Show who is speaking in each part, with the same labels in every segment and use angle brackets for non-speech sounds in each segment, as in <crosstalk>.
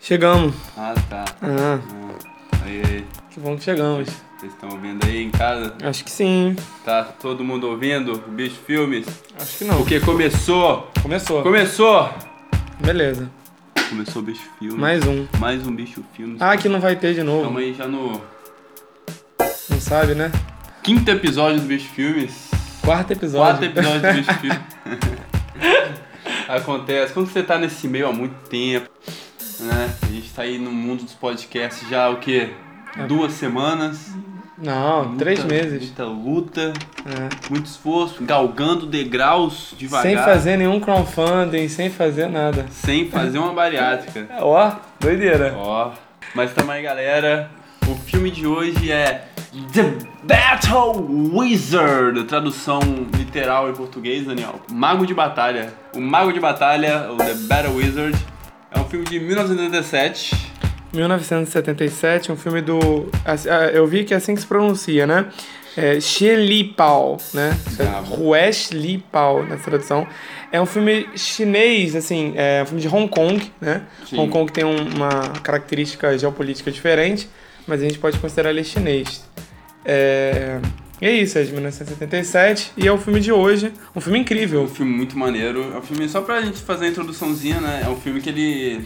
Speaker 1: Chegamos.
Speaker 2: Ah, tá.
Speaker 1: Ah,
Speaker 2: Ah, Aí, aí.
Speaker 1: que bom que chegamos.
Speaker 2: Vocês estão ouvindo aí em casa?
Speaker 1: Acho que sim.
Speaker 2: Tá todo mundo ouvindo? Bicho Filmes?
Speaker 1: Acho que não.
Speaker 2: Porque começou!
Speaker 1: Começou.
Speaker 2: Começou!
Speaker 1: Beleza.
Speaker 2: Começou o Bicho Filmes.
Speaker 1: Mais um.
Speaker 2: Mais um Bicho Filmes.
Speaker 1: Ah, que não vai ter de novo.
Speaker 2: Estamos aí já no
Speaker 1: Não sabe, né?
Speaker 2: quinto episódio do Bicho Filmes.
Speaker 1: Quarto episódio.
Speaker 2: Quatro episódios do Bicho Filmes.
Speaker 1: <laughs>
Speaker 2: Acontece. Quando você tá nesse meio há muito tempo, né? A gente tá aí no mundo dos podcasts já o quê? Duas semanas.
Speaker 1: Não, É. três
Speaker 2: Muita-
Speaker 1: meses.
Speaker 2: Muita luta.
Speaker 1: É.
Speaker 2: muito esforço, galgando degraus devagar,
Speaker 1: Sem fazer nenhum crowdfunding, sem fazer nada. É,
Speaker 2: sem fazer uma bariátrica.
Speaker 1: Ó, doideira.
Speaker 2: Ó, mas tamo aí, galera. O filme de hoje é The Battle Wizard, tradução literal em português, Daniel. Mago de Batalha. O Mago de Batalha, ou The Battle Wizard, é um filme de 1987.
Speaker 1: 1977, um filme do. assim, ah, Eu vi que é assim que se pronuncia, né? É, Xilipao, né?
Speaker 2: Bravo.
Speaker 1: Hué Xilipao, na tradução. É um filme chinês, assim, é um filme de Hong Kong, né?
Speaker 2: Sim.
Speaker 1: Hong Kong tem um- uma característica geopolítica diferente, mas a gente pode considerar ele chinês. É. E é isso, é de 1977 e é o filme de hoje. Um filme
Speaker 2: É um
Speaker 1: incrível.
Speaker 2: filme muito maneiro. É um filme, só pra gente fazer a introduçãozinha, né? É um filme que ele.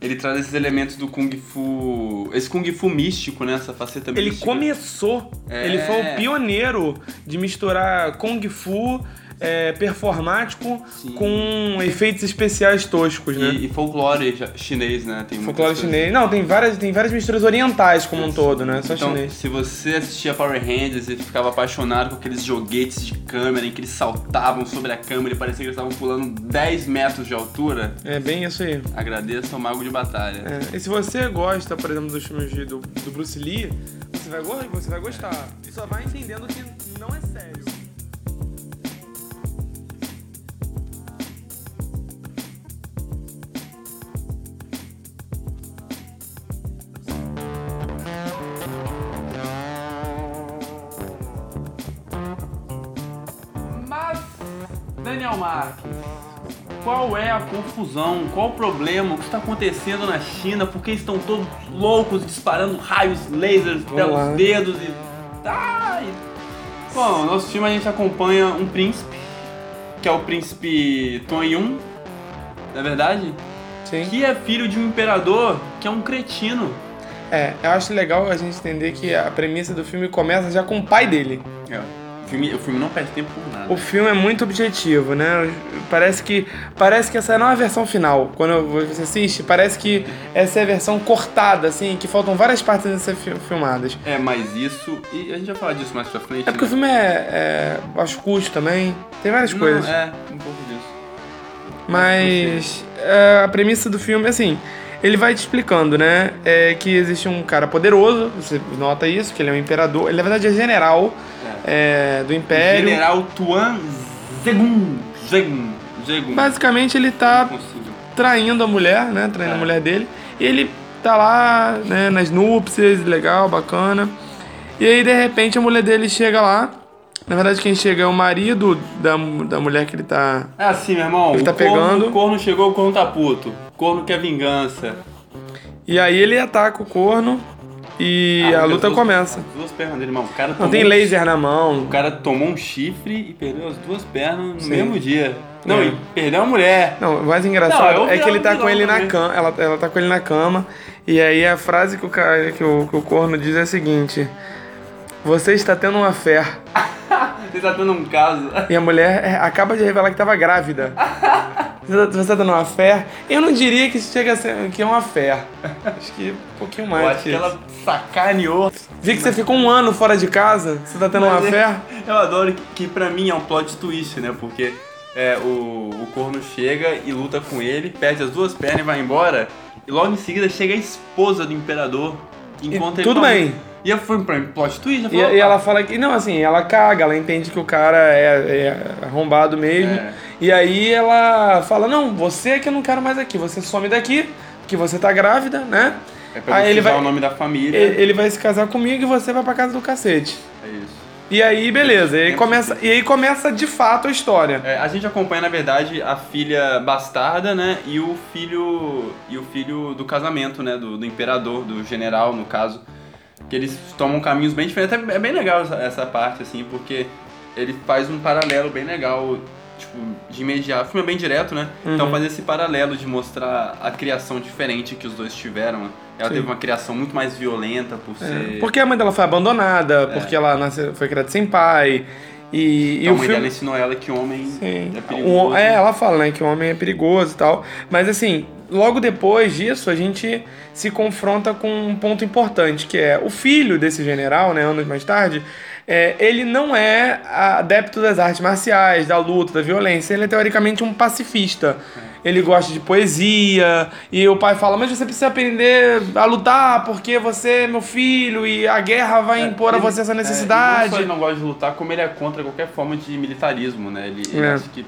Speaker 2: Ele traz esses elementos do Kung Fu. Esse Kung Fu místico, né? Essa faceta
Speaker 1: Ele
Speaker 2: mística.
Speaker 1: começou,
Speaker 2: É.
Speaker 1: ele foi o pioneiro de misturar Kung Fu é, performático
Speaker 2: Sim.
Speaker 1: com efeitos especiais toscos, né?
Speaker 2: E, e folclore ja- chinês, né? Tem muitas
Speaker 1: Folclore
Speaker 2: coisas.
Speaker 1: chinês. Não, tem várias, tem várias misturas orientais como um todo, né? Só
Speaker 2: Então,
Speaker 1: chinês.
Speaker 2: se você assistia Power Rangers e ficava apaixonado com aqueles joguetes de câmera em que eles saltavam sobre a câmera e parecia que eles estavam pulando 10 metros de altura,
Speaker 1: É bem isso aí.
Speaker 2: agradeça ao Mago de Batalha.
Speaker 1: É, E se você gosta, por exemplo, dos filmes de- do, do Bruce Lee, você vai, go- você vai gostar. Só vai entendendo que não é sério.
Speaker 2: Mas, Daniel Marques, qual é a confusão? Qual o problema? O que está acontecendo na China? Por que estão todos loucos disparando raios, lasers
Speaker 1: lá. né?
Speaker 2: pelos dedos e. Ai! Bom, nosso time a gente acompanha um príncipe, que é o príncipe Tuan Yun, na verdade,
Speaker 1: Sim.
Speaker 2: que é filho de um imperador que é um cretino.
Speaker 1: É, eu acho legal a gente entender que a premissa do filme começa já com o pai dele.
Speaker 2: É, o filme, o filme não perde tempo por nada.
Speaker 1: O filme é muito objetivo, né? Parece que parece que essa não é a versão final. Quando você assiste, parece que essa é a versão cortada, assim, que faltam várias partes a ser fi- filmadas.
Speaker 2: É, mas isso. E a gente vai falar disso mais pra frente.
Speaker 1: É porque o
Speaker 2: né?
Speaker 1: filme é, é baixo custo também, tem várias
Speaker 2: Não,
Speaker 1: coisas.
Speaker 2: É, um pouco disso.
Speaker 1: Mas é, a premissa do filme, assim, ele vai te explicando, né? É que existe um cara poderoso, você nota isso, que ele é um imperador, ele na verdade é general é, do império.
Speaker 2: General Tuan Zegun. Zegun. Zegun.
Speaker 1: Basicamente ele
Speaker 2: Não
Speaker 1: tá
Speaker 2: consigo.
Speaker 1: traindo a mulher, né? Traindo
Speaker 2: É.
Speaker 1: a mulher dele. E ele tá lá, né, nas núpcias, legal, bacana. E aí, de repente, a mulher dele chega lá. Na verdade, quem chega é o marido da, da mulher que ele tá.
Speaker 2: É assim, meu irmão.
Speaker 1: Ele
Speaker 2: o
Speaker 1: tá
Speaker 2: corno-
Speaker 1: pegando.
Speaker 2: O corno chegou, o corno tá puto. O corno quer vingança.
Speaker 1: E aí ele ataca o corno e
Speaker 2: Ah,
Speaker 1: a
Speaker 2: meu
Speaker 1: luta
Speaker 2: Deus,
Speaker 1: começa.
Speaker 2: as Duas pernas dele, irmão. O cara,
Speaker 1: Não
Speaker 2: tomou,
Speaker 1: tem laser na mão.
Speaker 2: o cara tomou um chifre e perdeu as duas pernas no
Speaker 1: Sim.
Speaker 2: mesmo dia. Não,
Speaker 1: É.
Speaker 2: e perdeu a mulher.
Speaker 1: Não, o mais
Speaker 2: Não,
Speaker 1: engraçado
Speaker 2: eu
Speaker 1: é que ele tá
Speaker 2: virava
Speaker 1: com ele na
Speaker 2: também.
Speaker 1: cama. Ela, ela tá com ele na cama. E aí a frase que o cara, que o, que o corno diz é a seguinte: Você está tendo uma fé.
Speaker 2: Você tá tendo um caso.
Speaker 1: E a mulher é, acaba de revelar que estava
Speaker 2: <laughs>
Speaker 1: grávida. Você tá- Você tá dando uma fé? Eu não diria que isso chega a ser que é uma fé. Acho que um pouquinho mais.
Speaker 2: Eu acho que
Speaker 1: isso.
Speaker 2: ela sacaneou.
Speaker 1: Vi que você ficou um ano fora de casa, você tá tendo uma
Speaker 2: Mas
Speaker 1: fé?
Speaker 2: é- Eu adoro que, que pra mim é um plot twist, né? Porque é, o, o corno chega e luta com ele, perde as duas pernas e vai embora. E logo em seguida chega a esposa do imperador.
Speaker 1: E
Speaker 2: Encontra
Speaker 1: tudo
Speaker 2: ele com a-
Speaker 1: bem.
Speaker 2: E eu fui pra mim, plot twist, eu
Speaker 1: E,
Speaker 2: falei,
Speaker 1: e
Speaker 2: opa,
Speaker 1: ela fala que. Não, assim, ela caga, ela entende que o cara é, é arrombado mesmo.
Speaker 2: É.
Speaker 1: E aí ela fala: Não, você é que eu não quero mais aqui, você some daqui, que você tá grávida, né?
Speaker 2: É pra
Speaker 1: aí
Speaker 2: ele
Speaker 1: ele vai-
Speaker 2: o nome da família.
Speaker 1: E- Ele vai se casar comigo e você vai pra casa do cacete.
Speaker 2: É isso.
Speaker 1: E aí, beleza. E aí começa, e aí começa de fato a história.
Speaker 2: É, a gente acompanha, na verdade, a filha bastarda, né? E o filho. E o filho do casamento, né? Do, do imperador, do general, no caso. Que eles tomam caminhos bem diferentes. Até É bem legal essa, essa parte, assim, porque ele faz um paralelo bem legal. Tipo, de imediato. O filme é bem direto, né? Então
Speaker 1: Uhum.
Speaker 2: fazer esse paralelo de mostrar a criação diferente que os dois tiveram. né? Ela
Speaker 1: Sim. É,
Speaker 2: teve uma criação muito mais violenta por ser.
Speaker 1: Porque a mãe dela foi
Speaker 2: É.
Speaker 1: abandonada, porque ela nasceu, foi criada sem pai. E, e
Speaker 2: Então, a
Speaker 1: o
Speaker 2: mãe
Speaker 1: filme.
Speaker 2: dela ensinou ela que homem
Speaker 1: Sim.
Speaker 2: é
Speaker 1: O-
Speaker 2: perigoso.
Speaker 1: é, ela fala, né, que o homem é perigoso e tal. Mas assim, logo depois disso, a gente se confronta com um ponto importante, que é o filho desse general, né, anos mais tarde, é, ele não é adepto das artes marciais, da luta, da violência. Ele é teoricamente um pacifista.
Speaker 2: É.
Speaker 1: Ele gosta de poesia, e o pai fala: Mas você precisa aprender a lutar porque você é meu filho e a guerra vai impor a
Speaker 2: Ele-
Speaker 1: você essa
Speaker 2: é, ele não só
Speaker 1: necessidade.
Speaker 2: ele não gosta de lutar, como ele é contra qualquer forma de militarismo, né? Ele, ele
Speaker 1: É.
Speaker 2: acha que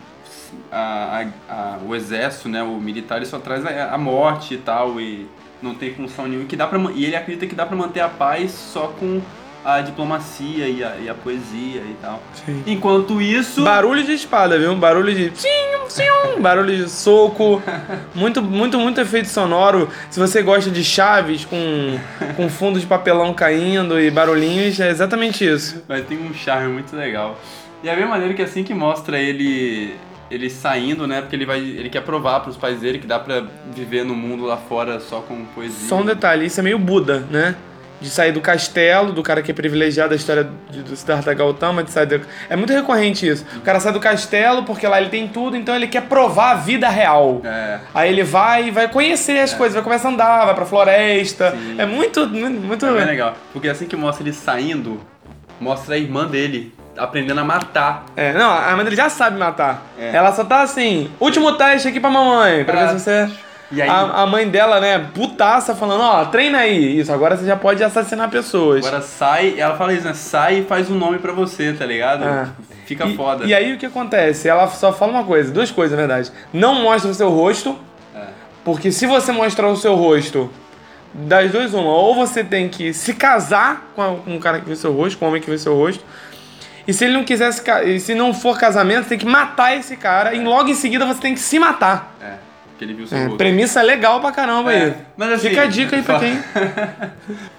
Speaker 2: a- a- a- o exército, né, o militar, ele só traz a, a morte e tal, e não tem função nenhuma. Que dá pra, man- e ele acredita que dá pra manter a paz só com a diplomacia e a, e a poesia e tal.
Speaker 1: Sim.
Speaker 2: Enquanto isso...
Speaker 1: Barulho de espada, viu? Barulho de tchim, tchim, barulho de soco. Muito, muito, muito efeito sonoro. Se você gosta de chaves com, com fundo de papelão caindo e barulhinhos, é exatamente isso.
Speaker 2: Mas tem um charme muito legal. E é bem maneiro que assim que mostra ele ele saindo, né? Porque ele vai ele quer provar pros pais dele que dá pra viver no mundo lá fora só com poesia.
Speaker 1: Só um detalhe, isso é meio Buda, né? De sair do castelo, do cara que é privilegiado, a história de- do Siddhartha Gautama, de sair do... É muito recorrente isso. O cara sai do castelo porque lá ele tem tudo, então ele quer provar a vida real.
Speaker 2: É.
Speaker 1: Aí ele vai e vai conhecer as coisas, vai começar a andar, vai pra floresta.
Speaker 2: Sim.
Speaker 1: É muito, muito, muito...
Speaker 2: É bem legal. Porque assim que mostra ele saindo, mostra a irmã dele aprendendo a matar.
Speaker 1: É, não, a Amanda já sabe matar.
Speaker 2: É.
Speaker 1: Ela só tá assim, último teste aqui pra mamãe, pra
Speaker 2: Pra-
Speaker 1: ver se você.
Speaker 2: E aí
Speaker 1: A, a mãe dela, né, putaça, falando, ó, treina aí. Isso, agora você já pode assassinar pessoas.
Speaker 2: agora sai, ela fala isso, né? Sai e faz um nome pra você, tá ligado?
Speaker 1: É.
Speaker 2: Fica
Speaker 1: e,
Speaker 2: foda.
Speaker 1: E aí o que acontece? Ela só fala uma coisa, duas coisas, na verdade. Não mostra o seu rosto,
Speaker 2: É.
Speaker 1: porque se você mostrar o seu rosto, das duas, uma, ou você tem que se casar com a- com um cara que vê seu rosto, com um homem que vê seu rosto. E se ele não quiser se ca- e se não for casamento, você tem que matar esse cara. E logo em seguida você tem que se matar.
Speaker 2: É. Que ele viu seu
Speaker 1: É,
Speaker 2: rosto.
Speaker 1: premissa legal pra caramba
Speaker 2: É,
Speaker 1: aí.
Speaker 2: mas assim-
Speaker 1: Fica a dica aí pra quem.
Speaker 2: <laughs>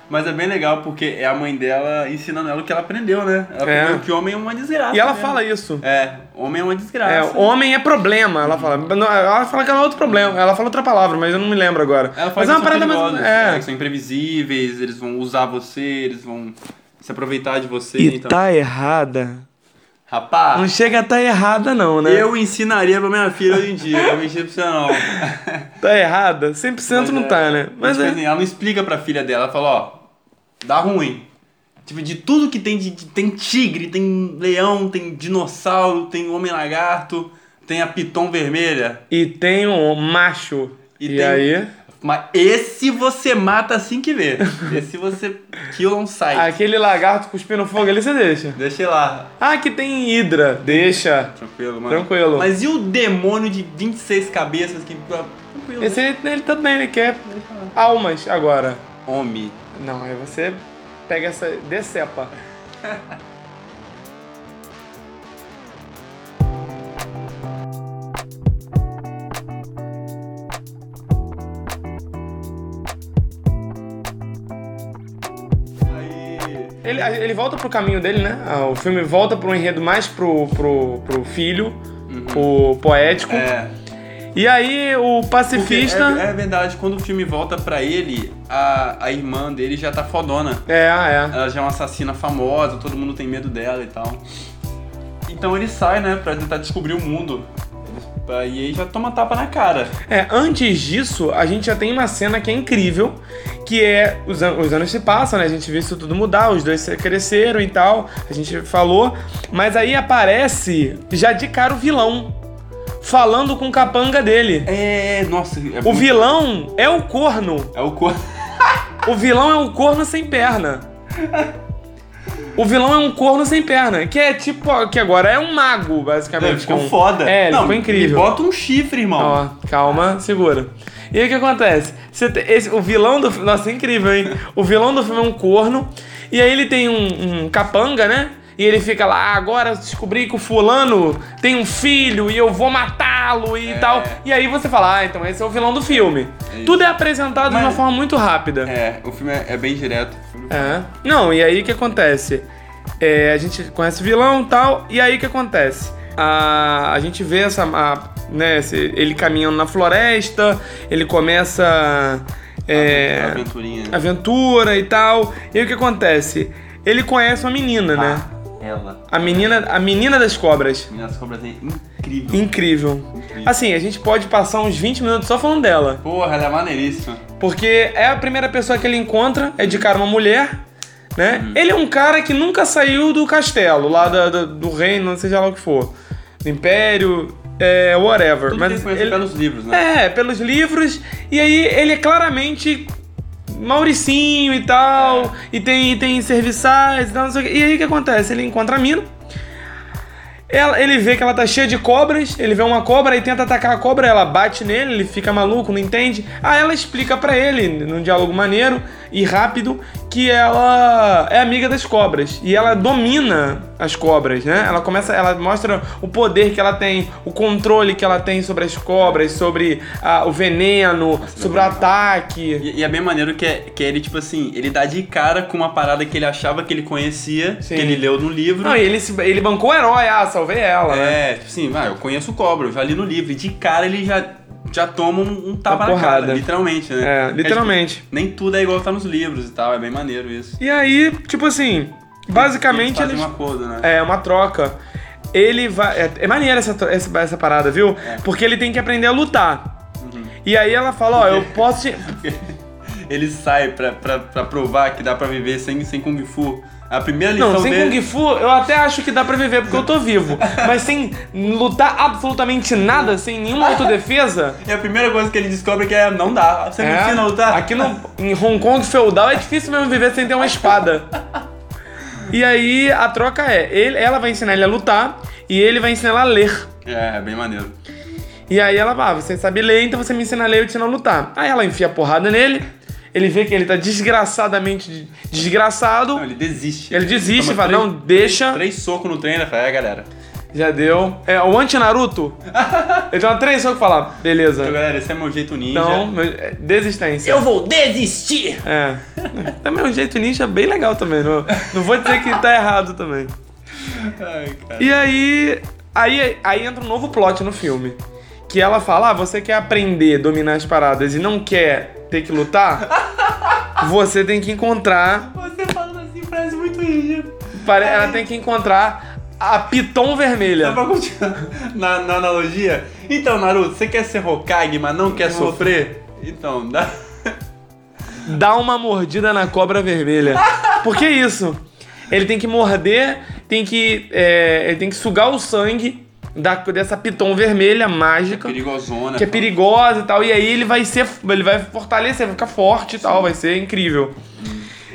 Speaker 2: Mas é bem legal porque é a mãe dela ensinando ela o que ela aprendeu, né? Ela
Speaker 1: É.
Speaker 2: aprendeu que homem é uma desgraça.
Speaker 1: E ela
Speaker 2: né?
Speaker 1: fala isso.
Speaker 2: É, homem é uma desgraça.
Speaker 1: É, homem é problema, ela fala. Não, Ela fala que ela é outro problema. Ela fala outra palavra, mas eu não me lembro agora.
Speaker 2: Ela fala
Speaker 1: mas
Speaker 2: que
Speaker 1: é
Speaker 2: é
Speaker 1: uma parada mais.
Speaker 2: perigosos, né?
Speaker 1: É.
Speaker 2: que são imprevisíveis, eles vão usar você, eles vão se aproveitar de você. então,
Speaker 1: errada.
Speaker 2: rapaz,
Speaker 1: Não chega a tá errada, não, né?
Speaker 2: eu ensinaria pra minha filha hoje em dia, eu menti pra você não.
Speaker 1: Tá errada? 100% não
Speaker 2: é,
Speaker 1: tá, né? <laughs> Mas
Speaker 2: tipo
Speaker 1: é.
Speaker 2: assim, ela não explica pra filha dela, ela fala, ó, dá ruim. Tipo, de tudo que tem, de, de- tem tigre, tem leão, tem dinossauro, tem homem-lagarto, tem a piton vermelha.
Speaker 1: E tem um macho.
Speaker 2: E
Speaker 1: E,
Speaker 2: tem- um
Speaker 1: aí.
Speaker 2: Mas esse você mata assim que
Speaker 1: <laughs>
Speaker 2: vê. Esse você kill on sight.
Speaker 1: Aquele lagarto cuspindo fogo ali, você deixa.
Speaker 2: Deixa lá.
Speaker 1: Ah, que tem hidra. Deixa.
Speaker 2: Tranquilo, mano.
Speaker 1: Tranquilo.
Speaker 2: Mas e o demônio de 26 cabeças que. Tranquilo.
Speaker 1: Esse ele, ele também, ele quer almas agora.
Speaker 2: homem.
Speaker 1: Não, aí você pega essa. decepa.
Speaker 2: Aí.
Speaker 1: Ele, ele volta pro caminho dele, né? Ah, O filme volta pro enredo mais pro, pro, pro filho, o poético.
Speaker 2: É.
Speaker 1: E aí o
Speaker 2: Porque
Speaker 1: pacifista.
Speaker 2: É, é verdade, quando o filme volta pra ele, a, a irmã dele já tá fodona.
Speaker 1: É, é.
Speaker 2: Ela já é uma assassina famosa, todo mundo tem medo dela e tal. Então ele sai, né, pra tentar descobrir o mundo. E aí já toma tapa na cara.
Speaker 1: É, antes disso, a gente já tem uma cena que é incrível, que é os, an- os anos se passam, né? A gente viu isso tudo mudar, os dois se- cresceram e tal, a gente falou, mas aí aparece já de cara o vilão falando com o capanga dele.
Speaker 2: É, nossa. É
Speaker 1: O
Speaker 2: muito-
Speaker 1: vilão é o corno.
Speaker 2: É
Speaker 1: <laughs>
Speaker 2: o corno.
Speaker 1: O vilão é um corno sem perna. O vilão é um corno sem perna, que é tipo, ó, que agora é um mago, basicamente.
Speaker 2: Ele ficou
Speaker 1: com-
Speaker 2: foda.
Speaker 1: É, ele
Speaker 2: Não,
Speaker 1: ficou incrível.
Speaker 2: Bota um chifre, irmão.
Speaker 1: Ó, calma, segura. E aí o que acontece? Você tem- esse- o vilão do filme. Nossa, é incrível, hein? O vilão do filme é um corno. E aí ele tem um, um capanga, né? E ele fica lá, "Ah, agora eu descobri que o fulano tem um filho e eu vou matá-lo e tal. E aí você fala, ah, então esse é o vilão do filme.
Speaker 2: É. isso.
Speaker 1: Tudo é apresentado de uma
Speaker 2: Mas-
Speaker 1: forma muito rápida.
Speaker 2: É, o filme é, é bem direto.
Speaker 1: É. Não, e aí o que acontece? É, a gente conhece o vilão e tal, e aí o que acontece? A, a gente vê essa. a- né, esse- ele caminhando na floresta, ele começa. é,
Speaker 2: Aventurinha.
Speaker 1: aventura e tal. E aí o que acontece? Ele conhece uma menina, né?
Speaker 2: Ah, ela.
Speaker 1: A menina, a menina das cobras.
Speaker 2: Minhas cobras é incrível.
Speaker 1: Incrível. Assim, a gente pode passar uns 20 minutos só falando dela.
Speaker 2: Porra, ela é maneiríssima.
Speaker 1: Porque é a primeira pessoa que ele encontra, é de cara uma mulher, né?
Speaker 2: Uhum.
Speaker 1: Ele é um cara que nunca saiu do castelo, lá da- da- do reino, seja é lá o que for. Do império, é, whatever.
Speaker 2: Tudo tem
Speaker 1: Mas
Speaker 2: que conhecer
Speaker 1: ele-
Speaker 2: pelos livros, né?
Speaker 1: É, pelos livros. E aí ele é claramente mauricinho e tal,
Speaker 2: É.
Speaker 1: e tem, e tem serviçais e tal, não sei o quê. E aí o que acontece? Ele encontra a mina, ela- ele vê que ela tá cheia de cobras, ele vê uma cobra e tenta atacar a cobra, ela bate nele, ele fica maluco, não entende. Aí ela explica pra ele, num diálogo maneiro e rápido, que ela é amiga das cobras e ela domina as cobras, né? Ela começa, ela mostra o poder que ela tem, o controle que ela tem sobre as cobras, sobre ah, o veneno, sobre o ataque.
Speaker 2: E, e é bem maneiro que, é- que ele, tipo assim, ele dá de cara com uma parada que ele achava que ele conhecia,
Speaker 1: Sim.
Speaker 2: que ele leu no livro.
Speaker 1: Não, e ele, se- ele bancou o herói, ah, salvei ela, né?
Speaker 2: É, tipo assim, vai, eu conheço o Cobra, eu já li no livro. E de cara ele já, já toma um, um tapa
Speaker 1: Uma
Speaker 2: na cara,
Speaker 1: porrada.
Speaker 2: literalmente, né?
Speaker 1: É, literalmente.
Speaker 2: tipo, nem tudo é igual tá nos livros e tal, é bem maneiro isso.
Speaker 1: E aí, tipo assim,
Speaker 2: eles
Speaker 1: basicamente
Speaker 2: fazem
Speaker 1: eles.
Speaker 2: um acordo, <laughs> né?
Speaker 1: É, uma troca. Ele vai. É, é maneira essa, tro- essa, essa parada, viu?
Speaker 2: É.
Speaker 1: Porque ele tem que aprender a lutar.
Speaker 2: Uhum.
Speaker 1: E aí ela fala, ó,
Speaker 2: <laughs>
Speaker 1: eu posso te.
Speaker 2: Ele sai pra, pra, pra provar que dá pra viver sem, sem Kung Fu. A primeira lição
Speaker 1: Não, sem
Speaker 2: dele...
Speaker 1: Kung Fu, eu até acho que dá pra viver, porque eu tô
Speaker 2: <laughs>
Speaker 1: vivo. Mas sem lutar absolutamente nada, sem
Speaker 2: <laughs>
Speaker 1: nenhuma autodefesa.
Speaker 2: E a primeira coisa que ele descobre é que é, não dá. Você me
Speaker 1: é,
Speaker 2: ensina a lutar?
Speaker 1: Aqui no, em Hong Kong feudal é difícil mesmo viver sem ter uma
Speaker 2: <laughs>
Speaker 1: espada. E aí a troca é, ele- ela vai ensinar ele a lutar e ele vai ensinar ela a ler.
Speaker 2: <laughs> É, é bem maneiro.
Speaker 1: E aí ela, ah, você sabe ler, então você me ensina a ler e eu te ensino a lutar. Aí ela enfia a porrada nele, ele vê que ele tá desgraçadamente de- desgraçado,
Speaker 2: Não, ele desiste.
Speaker 1: ele desiste,
Speaker 2: Toma
Speaker 1: fala,
Speaker 2: três-
Speaker 1: não, deixa,
Speaker 2: Três socos no treino, fala, é, galera.
Speaker 1: já deu. É, o
Speaker 2: <laughs>
Speaker 1: anti-Naruto, ele tem uma três só que fala,
Speaker 2: Então,
Speaker 1: beleza.
Speaker 2: galera, esse é meu jeito ninja.
Speaker 1: Então, meu- é, desistência.
Speaker 2: vou desistir!
Speaker 1: É. Também é um jeito ninja bem legal também, não, não vou dizer que tá errado também.
Speaker 2: Ai, cara.
Speaker 1: E aí, aí, aí entra um novo plot no filme. Que ela fala, ah, você quer aprender a dominar as paradas e não quer ter que lutar? Você tem que encontrar...
Speaker 2: Você falando assim parece muito índio.
Speaker 1: pare- Ela tem que encontrar a Piton
Speaker 2: Dá
Speaker 1: Vermelha.
Speaker 2: pra continuar <laughs> na, na analogia? Então, Naruto, você quer ser Hokage, mas não quer sofrer? Então,
Speaker 1: <laughs>
Speaker 2: dá.
Speaker 1: Dá uma mordida na cobra vermelha. Por que isso? Ele tem que morder, tem que... é, ele tem que sugar o sangue da, dessa Piton Vermelha mágica.
Speaker 2: Perigosona. então.
Speaker 1: que é perigosa e tal. E aí ele vai ser. Ele vai fortalecer, vai ficar forte e tal, vai ser incrível.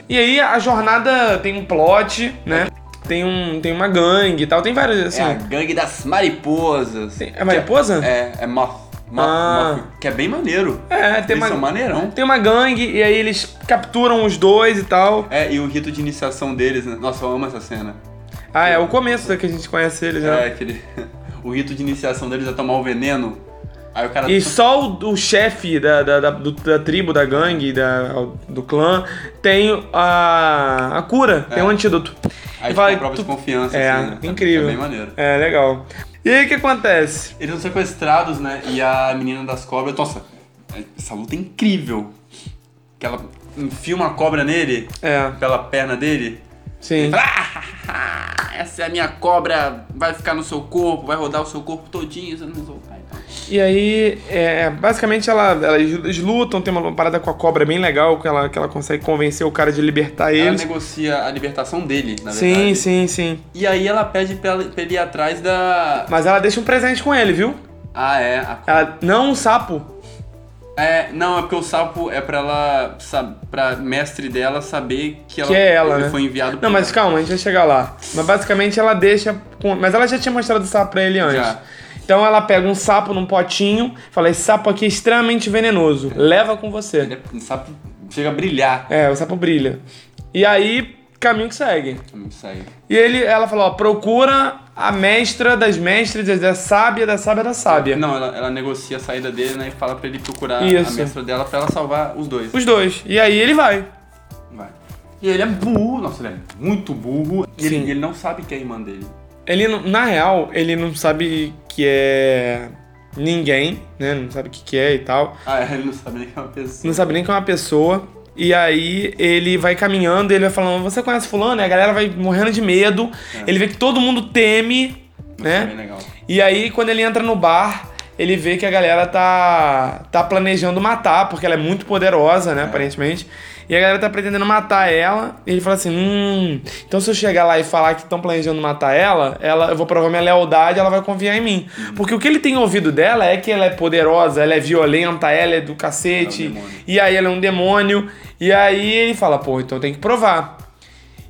Speaker 1: E aí a jornada tem um plot, né? Tem, um, tem uma gangue e tal, tem várias, assim.
Speaker 2: É a gangue das mariposas.
Speaker 1: Tem- é mariposa?
Speaker 2: Que É, é moth. Moth-
Speaker 1: Ah.
Speaker 2: moth- que é bem maneiro.
Speaker 1: É, tem
Speaker 2: Eles são
Speaker 1: uma,
Speaker 2: maneirão.
Speaker 1: tem uma gangue e aí eles capturam os dois e tal.
Speaker 2: É, e o rito de iniciação deles, né? Nossa, eu amo essa cena.
Speaker 1: Ah, é o começo que a gente conhece eles,
Speaker 2: É,
Speaker 1: né?
Speaker 2: aquele. <laughs> O rito de iniciação deles é tomar o veneno. Aí o cara.
Speaker 1: E só o, o chefe da, da, da- do- da tribo, da gangue, da, do clã, tem a, a cura, tem um antídoto.
Speaker 2: É. Aí
Speaker 1: E
Speaker 2: tipo,
Speaker 1: fala,
Speaker 2: uma prova de
Speaker 1: tu-
Speaker 2: confiança,
Speaker 1: É,
Speaker 2: assim, né?
Speaker 1: incrível.
Speaker 2: É bem maneiro.
Speaker 1: É, legal. E aí o que acontece?
Speaker 2: Eles são sequestrados, né? E a menina das cobras. Nossa, essa luta é incrível. Que ela enfia uma cobra nele,
Speaker 1: É,
Speaker 2: pela perna dele. <laughs>
Speaker 1: sim.
Speaker 2: Ah, essa é a minha cobra, vai ficar no seu corpo, vai rodar o seu corpo todinho, você não resolve. Ah, então.
Speaker 1: E aí, é, basicamente, ela, ela- eles lutam, tem uma parada com a cobra bem legal, que ela, que ela consegue convencer o cara de libertar
Speaker 2: Ela
Speaker 1: eles.
Speaker 2: negocia a libertação dele, na
Speaker 1: Sim,
Speaker 2: verdade.
Speaker 1: sim, sim.
Speaker 2: E aí ela pede pra, ela- pra ele ir atrás da.
Speaker 1: Mas ela deixa um presente com ele, viu?
Speaker 2: Ah, é. a-
Speaker 1: Ela. Não um sapo.
Speaker 2: É, não, é porque o sapo é pra ela. sa- pra mestre dela saber que ela,
Speaker 1: Que é ela,
Speaker 2: ele
Speaker 1: né?
Speaker 2: foi enviado
Speaker 1: Não, mas calma, a gente vai chegar lá. Mas basicamente ela deixa. com- Mas ela já tinha mostrado o sapo pra ele antes.
Speaker 2: Já.
Speaker 1: Então ela pega um sapo num potinho, fala: esse sapo aqui é extremamente venenoso. Leva com você.
Speaker 2: Ele é- o sapo chega a brilhar.
Speaker 1: É, o sapo brilha. E aí Caminho que segue.
Speaker 2: Caminho que segue.
Speaker 1: E ele, ela falou, ó, procura a mestra das mestras, é da sábia, da sábia, da sábia.
Speaker 2: Não, ela, ela negocia a saída dele, né? E fala pra ele procurar
Speaker 1: Isso.
Speaker 2: a mestra dela pra ela salvar os dois.
Speaker 1: Os dois. E aí ele vai.
Speaker 2: Vai. E ele é burro, nossa, ele é muito burro. E ele,
Speaker 1: Sim.
Speaker 2: e ele não sabe que é a irmã dele.
Speaker 1: Ele, não- na real, ele não sabe que é ninguém, né? Não sabe o que, que é e tal.
Speaker 2: Ah, ele não sabe nem que é uma pessoa.
Speaker 1: Não sabe nem que é uma pessoa. E aí ele vai caminhando, ele vai falando, você conhece fulano? E a galera vai morrendo de medo. Ele vê que todo mundo teme,
Speaker 2: É
Speaker 1: né?
Speaker 2: bem legal.
Speaker 1: E aí, quando ele entra no bar, ele vê que a galera tá, tá planejando matar, porque ela é muito poderosa, né, aparentemente. E a galera tá pretendendo matar ela. E ele fala assim: hum, então se eu chegar lá e falar que estão planejando matar ela, ela, eu vou provar minha lealdade, ela vai confiar em mim. Porque o que ele tem ouvido dela é que ela é poderosa, ela é violenta, ela é do cacete.
Speaker 2: demônio.
Speaker 1: e aí ela é um demônio. E aí ele fala: pô, então tem que provar.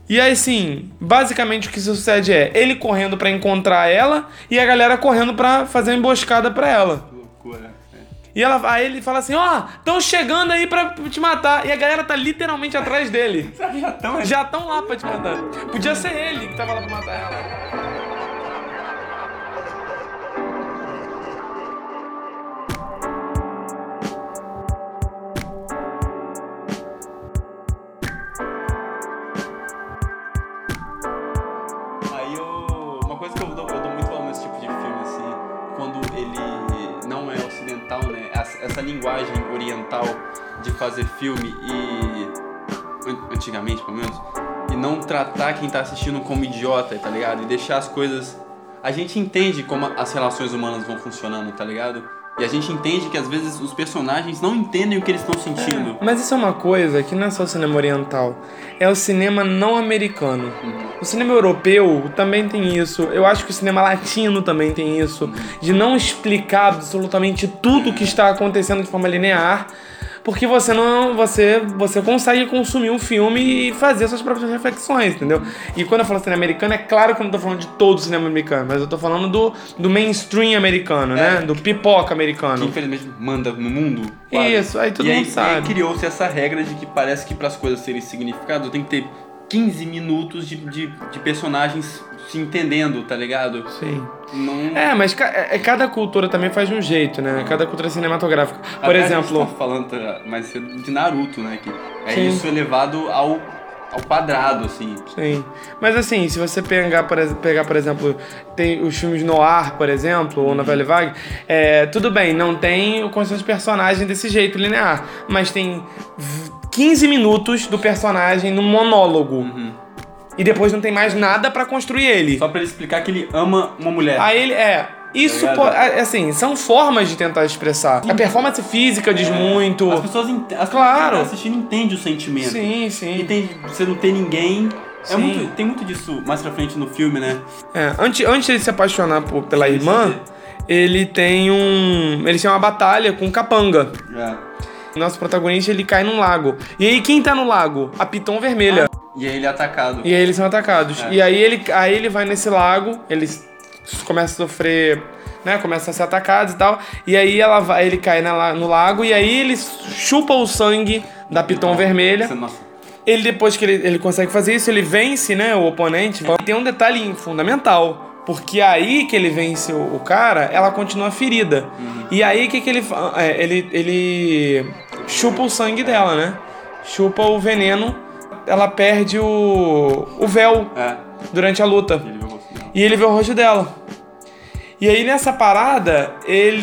Speaker 1: E aí, assim, basicamente o que sucede é ele correndo pra encontrar ela e a galera correndo pra fazer uma emboscada pra ela.
Speaker 2: Que loucura. É.
Speaker 1: E ela, aí ele fala assim: Ó, tão chegando aí pra te matar. E a galera tá literalmente atrás dele.
Speaker 2: Será que já estão
Speaker 1: Já tão lá pra te matar. Podia ser ele que tava lá pra matar ela.
Speaker 2: Aí eu. Uma coisa que eu dou, eu dou muito valor nesse tipo de filme, assim, quando ele não é ocidental, né? Essa, essa linguagem oriental de fazer filme e. an- antigamente, pelo menos. E não tratar quem tá assistindo como idiota, tá ligado? E deixar as coisas. A gente entende como as relações humanas vão funcionando, tá ligado? E a gente entende que às vezes os personagens não entendem o que eles estão sentindo.
Speaker 1: Mas isso é uma coisa que não é só o cinema oriental, é o cinema não americano.
Speaker 2: Uhum.
Speaker 1: O cinema europeu também tem isso. Eu acho que o cinema latino também tem isso. De não explicar absolutamente tudo o que está acontecendo de forma linear. Porque você não. Você, você consegue consumir um filme e fazer suas próprias reflexões, entendeu? E quando eu falo cinema americano, é claro que eu não tô falando de todo o cinema americano, mas eu tô falando do, do mainstream americano, né? Do pipoca
Speaker 2: É. que
Speaker 1: americano.
Speaker 2: infelizmente manda no mundo. quase.
Speaker 1: É. Isso, aí todo
Speaker 2: e
Speaker 1: mundo
Speaker 2: aí, é
Speaker 1: sabe.
Speaker 2: E aí criou-se essa regra de que parece que para as coisas terem significado tem que ter 15 minutos de, de, de personagens se entendendo, tá ligado?
Speaker 1: Sim.
Speaker 2: Não.
Speaker 1: É, mas ca- é- é cada cultura também faz de um jeito, né? Cada cultura cinematográfica. Por
Speaker 2: Até A gente
Speaker 1: exemplo.
Speaker 2: tá falando tá, mais cedo de Naruto, né? Que é
Speaker 1: Sim.
Speaker 2: isso elevado ao, ao quadrado, assim.
Speaker 1: Sim. Mas assim, se você pegar, por, ex- pegar, por exemplo, tem os filmes noir, por exemplo, ou na Velha Vague, é, tudo bem, não tem o conceito de personagem desse jeito linear, mas tem v- 15 minutos do personagem no monólogo. E depois não tem mais nada pra construir ele.
Speaker 2: Só pra ele explicar que ele ama uma mulher.
Speaker 1: Aí ele é. Isso,
Speaker 2: Tá
Speaker 1: po-
Speaker 2: ligado?
Speaker 1: a- assim, são formas de tentar expressar. A performance física diz muito.
Speaker 2: É. As pessoas, ent- as pessoas que
Speaker 1: Claro.
Speaker 2: tá assistindo entendem o sentimento.
Speaker 1: Sim, sim.
Speaker 2: E tem, você não tem ninguém. É
Speaker 1: Sim.
Speaker 2: muito, tem muito disso mais pra frente no filme, né?
Speaker 1: É, antes, antes de ele se apaixonar por- pela
Speaker 2: Sim,
Speaker 1: irmã,
Speaker 2: sim.
Speaker 1: ele tem um. Ele tem uma batalha com o capanga.
Speaker 2: É.
Speaker 1: Nosso protagonista ele cai num lago. E aí quem tá no lago? A Piton Vermelha.
Speaker 2: E aí ele é atacado.
Speaker 1: E aí eles são atacados.
Speaker 2: É.
Speaker 1: E aí ele, aí ele vai nesse lago, ele s- começa a sofrer, né? Começa a ser atacado e tal. E aí ela vai, ele cai na la- no lago e aí ele chupa o sangue da
Speaker 2: Ah,
Speaker 1: Piton Vermelha.
Speaker 2: Você- nossa,
Speaker 1: Ele, depois que ele, ele consegue fazer isso, ele vence, né, o oponente. E tem um detalhe fundamental. Porque é aí que ele vence o, o cara, ela continua ferida. E aí o que, que ele fa- é, ele ele chupa o sangue dela, né? Chupa o veneno. Ela perde o, o véu
Speaker 2: É,
Speaker 1: durante a luta.
Speaker 2: ele viu o rosto dela.
Speaker 1: E ele vê o rosto dela. E aí nessa parada,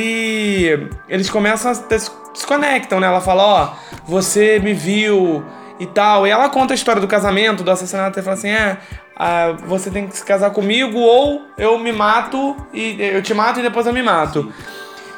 Speaker 1: ele. Eles começam a. ter- se conectam, né? Ela fala, ó, você me viu e tal. E ela conta a história do casamento, do assassinato, e fala assim, é. ah, você tem que se casar comigo ou eu me mato e eu te mato e depois eu me mato.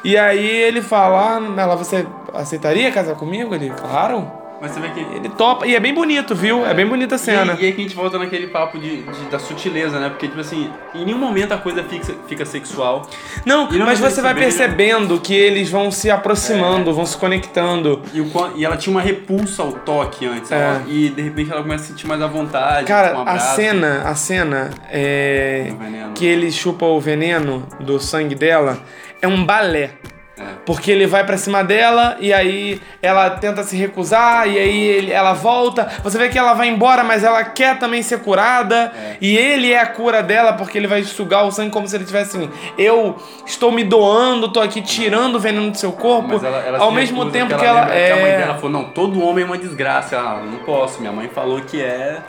Speaker 1: E aí ele fala, ah, ela, você aceitaria casar comigo? Ele, claro.
Speaker 2: Mas você vê que.
Speaker 1: Ele topa. E é bem bonito, viu? É bem bonita a
Speaker 2: E aí,
Speaker 1: cena.
Speaker 2: e aí que a gente volta naquele papo de, de- da sutileza, né? Porque, tipo assim, em nenhum momento a coisa fica, fica sexual.
Speaker 1: Não,
Speaker 2: E não né?
Speaker 1: mas
Speaker 2: vai
Speaker 1: você vai percebendo que eles vão se
Speaker 2: É.
Speaker 1: aproximando, vão se conectando.
Speaker 2: E, o quan- e ela tinha uma repulsa ao toque antes. ela- e de repente ela começa a se sentir mais à vontade.
Speaker 1: É. Cara,
Speaker 2: com um
Speaker 1: a
Speaker 2: abraço, assim,
Speaker 1: cena, a cena é
Speaker 2: com veneno.
Speaker 1: que ele chupa o veneno do sangue dela é um balé.
Speaker 2: É.
Speaker 1: Porque ele vai pra cima dela e aí ela tenta se recusar e aí ele- ela volta. Você vê que ela vai embora, mas ela quer também ser curada. E ele é a cura dela porque ele vai sugar o sangue como se ele tivesse assim, eu estou me doando, tô aqui tirando o veneno do seu corpo.
Speaker 2: Mas ela, ela
Speaker 1: ao
Speaker 2: se
Speaker 1: mesmo
Speaker 2: recusa,
Speaker 1: tempo
Speaker 2: porque
Speaker 1: que ela,
Speaker 2: lembra
Speaker 1: é,
Speaker 2: que a mãe dela falou, não, todo homem é uma desgraça. Ela, não posso, minha mãe falou que é.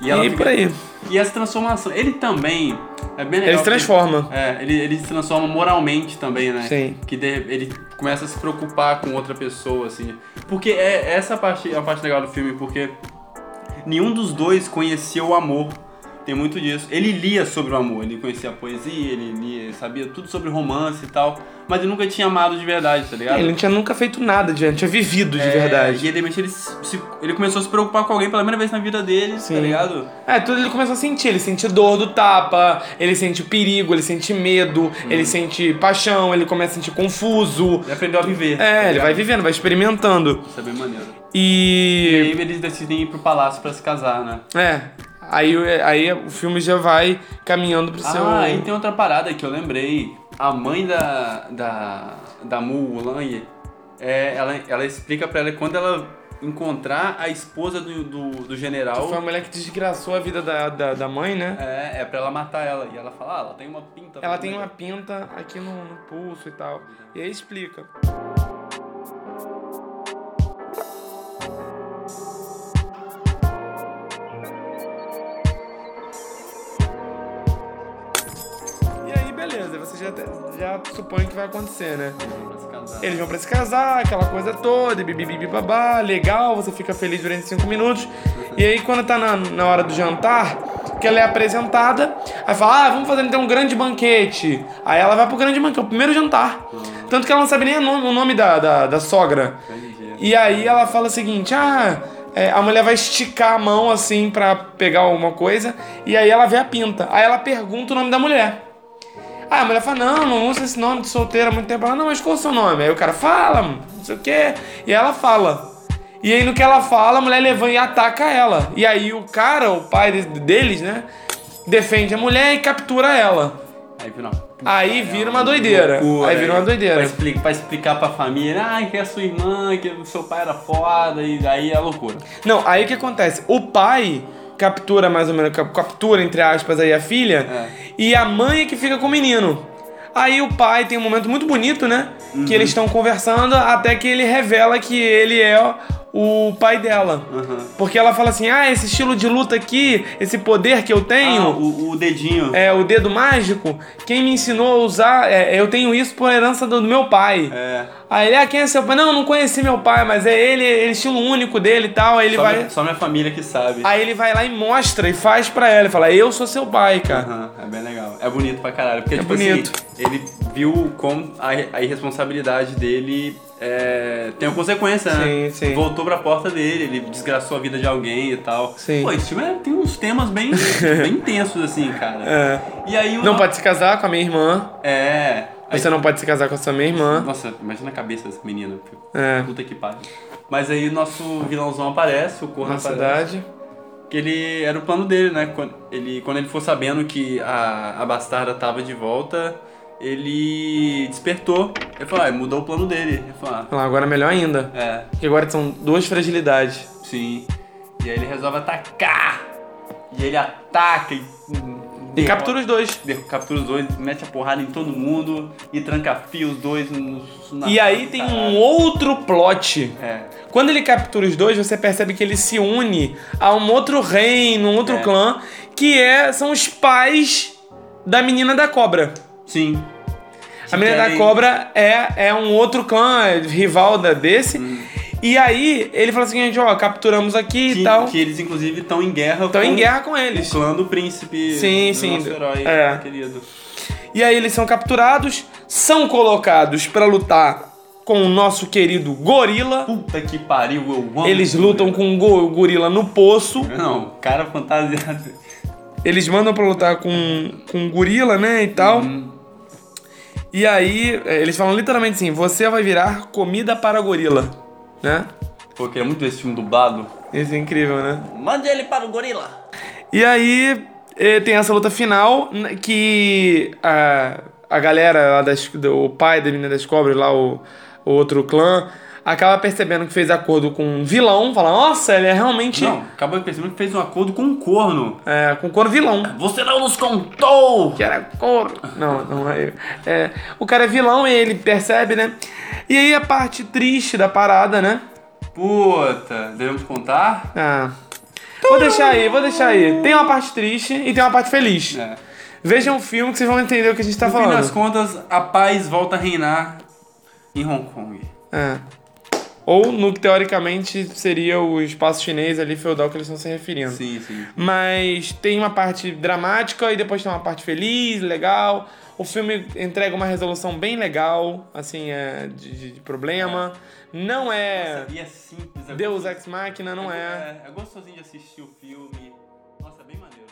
Speaker 2: E ela
Speaker 1: e
Speaker 2: fica-
Speaker 1: por aí.
Speaker 2: E essa transformação, ele também é bem legal.
Speaker 1: Ele se
Speaker 2: que-
Speaker 1: transforma.
Speaker 2: É, ele, ele se transforma moralmente também, né?
Speaker 1: Sim.
Speaker 2: Que de- ele começa a se preocupar com outra pessoa, assim. Porque é essa parte, é a parte legal do filme, porque nenhum dos dois conhecia o amor. Tem muito disso. Ele lia sobre o amor, ele conhecia a poesia, ele lia, ele sabia tudo sobre romance e tal, mas ele nunca tinha amado de verdade, tá ligado?
Speaker 1: Ele não tinha nunca feito nada, de- não tinha vivido de
Speaker 2: É,
Speaker 1: verdade.
Speaker 2: E ele, ele, se- ele começou a se preocupar com alguém pela primeira vez na vida dele,
Speaker 1: Sim.
Speaker 2: tá ligado?
Speaker 1: É, tudo ele começou a sentir. Ele sente dor do tapa, ele sente perigo, ele sente medo, ele sente paixão, ele começa a sentir confuso.
Speaker 2: Ele aprendeu a viver. tá
Speaker 1: É, ele
Speaker 2: ligado?
Speaker 1: vai vivendo, vai experimentando.
Speaker 2: Isso é bem maneiro. E
Speaker 1: E.
Speaker 2: aí eles decidem ir pro palácio pra se casar, né?
Speaker 1: É. Aí, o- aí o filme já vai caminhando pro seu.
Speaker 2: Ah, aí tem outra parada que eu lembrei. A mãe da. da. da Mulan, é, ela, ela explica pra ela que quando ela encontrar a esposa do, do, do general.
Speaker 1: Foi a mulher que desgraçou a vida da, da, da mãe, né?
Speaker 2: É, é pra ela matar ela. E ela fala, ah, ela tem uma pinta.
Speaker 1: Ela tem uma pinta aqui no, no pulso e tal. E aí explica. E aí, beleza, você já, já supõe o que vai acontecer, né?
Speaker 2: pra se casar.
Speaker 1: Eles vão pra se casar, aquela coisa toda, e bibibibi babá, legal, você fica feliz durante cinco minutos. E aí, quando tá na, na hora do jantar, que ela é apresentada, aí fala, ah, vamos fazer então um grande banquete. Aí ela vai pro grande banquete, é o primeiro jantar. Tanto que ela não sabe nem o nome, o nome da, da, da sogra.
Speaker 2: Entendi.
Speaker 1: E aí ela fala o seguinte, ah, é, a mulher vai esticar a mão assim pra pegar alguma coisa, e aí ela vê a pinta. Aí ela pergunta o nome da mulher. Aí a mulher fala, não, não usa esse nome de solteira há muito tempo. Ela, não, mas qual é o seu nome? Aí o cara fala, não sei o quê. E ela fala. E aí no que ela fala, a mulher levanta e ataca ela. E aí o cara, o pai de- deles, né, defende a mulher e captura ela.
Speaker 2: Aí vira
Speaker 1: Aí vira uma doideira. Aí vira uma doideira.
Speaker 2: né? Pra explicar, pra explicar pra família, ah, que é sua irmã, que o seu pai era foda, e aí é loucura.
Speaker 1: Não, aí o que acontece? O pai captura mais ou menos, cap- captura, entre aspas, aí a filha, e a mãe é que fica com o menino. Aí o pai tem um momento muito bonito, né?
Speaker 2: Uhum.
Speaker 1: Que eles estão conversando até que ele revela que ele é o pai dela.
Speaker 2: Uhum.
Speaker 1: Porque ela fala assim: ah, esse estilo de luta aqui, esse poder que eu tenho
Speaker 2: Ah, o, o dedinho.
Speaker 1: um. é, o dedo mágico, quem me ensinou a usar, é, eu tenho isso por herança do, do meu pai.
Speaker 2: É.
Speaker 1: Aí ele, ah, quem é seu pai? Não, não conheci meu pai, mas é ele, ele estilo único dele e tal. Aí ele
Speaker 2: só,
Speaker 1: vai.
Speaker 2: minha, só minha família que sabe.
Speaker 1: Aí ele vai lá e mostra e faz pra ela. Ele fala, eu sou seu pai, cara.
Speaker 2: Aham, é bem legal. É bonito pra caralho. Porque,
Speaker 1: É
Speaker 2: tipo
Speaker 1: bonito.
Speaker 2: assim, ele viu como a, a irresponsabilidade dele é, tem uma consequência, né?
Speaker 1: Sim, sim.
Speaker 2: Voltou pra porta dele, ele desgraçou a vida de alguém e tal.
Speaker 1: Sim.
Speaker 2: Pô, esse filme é- tem uns temas
Speaker 1: <laughs>
Speaker 2: bem, bem intensos, assim, cara.
Speaker 1: É.
Speaker 2: E aí o.
Speaker 1: Não pode se casar com a minha irmã.
Speaker 2: É. Aí-
Speaker 1: Você não pode se casar com a sua minha irmã.
Speaker 2: Nossa, imagina a cabeça dessa menina. filho.
Speaker 1: É.
Speaker 2: Puta que pariu. Mas aí o nosso vilãozão aparece, o corno
Speaker 1: Na
Speaker 2: aparece.
Speaker 1: cidade.
Speaker 2: Que ele era o plano dele, né? Quando ele, quando ele ficou sabendo que a, a bastarda tava de volta, ele despertou. Ele falou, ah, mudou o plano dele. Ele falou,
Speaker 1: Fala, Agora é melhor ainda.
Speaker 2: ah, é,
Speaker 1: Porque agora são duas fragilidades.
Speaker 2: sim. E aí ele resolve atacar. E ele ataca e.
Speaker 1: E captura os dois.
Speaker 2: de- Captura os dois, mete a porrada em todo mundo e tranca fio os dois nos. na-
Speaker 1: E aí tem um outro plot.
Speaker 2: É,
Speaker 1: Quando ele captura os dois, você percebe que ele se une a um outro reino, um outro
Speaker 2: É.
Speaker 1: clã, que é, são os pais da menina da cobra.
Speaker 2: sim.
Speaker 1: A menina da
Speaker 2: Querem-
Speaker 1: cobra é, é um outro clã, é rival da desse. E aí ele fala o seguinte, ó, capturamos aqui
Speaker 2: Hum. Que,
Speaker 1: e tal.
Speaker 2: que eles, inclusive, estão em guerra
Speaker 1: Estão em
Speaker 2: com
Speaker 1: guerra com
Speaker 2: o
Speaker 1: eles.
Speaker 2: clã do príncipe.
Speaker 1: Sim,
Speaker 2: do
Speaker 1: sim,
Speaker 2: Nosso
Speaker 1: do-
Speaker 2: herói,
Speaker 1: é.
Speaker 2: querido.
Speaker 1: E aí eles são capturados, são colocados pra lutar com o nosso querido gorila.
Speaker 2: Puta que pariu, eu amo.
Speaker 1: Eles lutam com o go- o gorila no poço.
Speaker 2: Não, cara fantasiado.
Speaker 1: Eles mandam pra lutar com, com o gorila, né, e tal.
Speaker 2: Uhum.
Speaker 1: E aí é, eles falam literalmente assim, você vai virar comida para gorila, né?
Speaker 2: Pô, eu queria muito ver esse filme dublado.
Speaker 1: Isso é incrível, né?
Speaker 2: Mande ele para o gorila.
Speaker 1: E aí eh, tem essa luta final n- que a, a galera lá das. O pai da menina das cobras, lá, o, o outro clã, acaba percebendo que fez acordo com um vilão, fala, nossa, ele é realmente.
Speaker 2: Não, acabou percebendo que fez um acordo com um corno.
Speaker 1: É, com cor vilão.
Speaker 2: Você não nos contou!
Speaker 1: Que era couro. Não, não é. é. O cara é vilão e ele percebe, né? E aí a parte triste da parada, né?
Speaker 2: Puta, devemos contar?
Speaker 1: Ah. Vou deixar aí, vou deixar aí. Tem uma parte triste e tem uma parte feliz.
Speaker 2: É.
Speaker 1: Vejam o filme que vocês vão entender o que a gente tá
Speaker 2: No fim
Speaker 1: falando.
Speaker 2: das contas, a paz volta a reinar em Hong Kong.
Speaker 1: É. Ou no que teoricamente seria o espaço chinês ali feudal que eles estão se referindo.
Speaker 2: Sim, sim.
Speaker 1: Mas tem uma parte dramática e depois tem uma parte feliz, legal. O filme entrega uma resolução bem legal, assim, é, de, de- de problema. Não é
Speaker 2: Nossa, e é simples. é
Speaker 1: Deus
Speaker 2: gostoso.
Speaker 1: Ex Machina, não é.
Speaker 2: É, é gostosinho de assistir o filme. Nossa, é bem maneiro.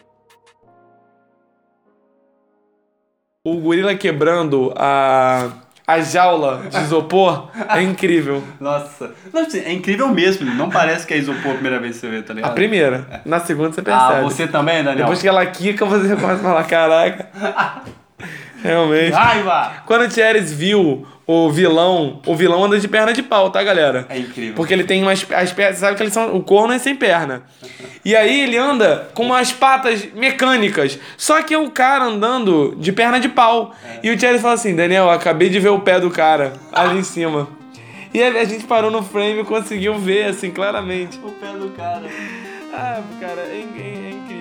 Speaker 1: O gorila quebrando a, a jaula de isopor é incrível.
Speaker 2: Nossa. Não, assim, é incrível mesmo. Não parece que é isopor a primeira vez que você vê, tá
Speaker 1: A
Speaker 2: ligado?
Speaker 1: primeira. Na segunda você percebe.
Speaker 2: ah, você também, Daniel?
Speaker 1: Depois que ela quica, você começa a falar, caraca.
Speaker 2: <laughs>
Speaker 1: Realmente.
Speaker 2: Raiva!
Speaker 1: Quando o Thieres viu o vilão, o vilão anda de perna de pau, tá, galera?
Speaker 2: É incrível.
Speaker 1: Porque ele tem umas as pernas, sabe que eles são, o corno é sem perna. E aí ele anda com umas patas mecânicas. Só que é o cara andando de perna de pau.
Speaker 2: É.
Speaker 1: E o Thierry fala assim: "Daniel, eu acabei de ver o pé do cara ali em cima". E aí a gente parou no frame e conseguiu ver assim claramente.
Speaker 2: O pé do cara.
Speaker 1: Ah, cara, é, in- é- é incrível.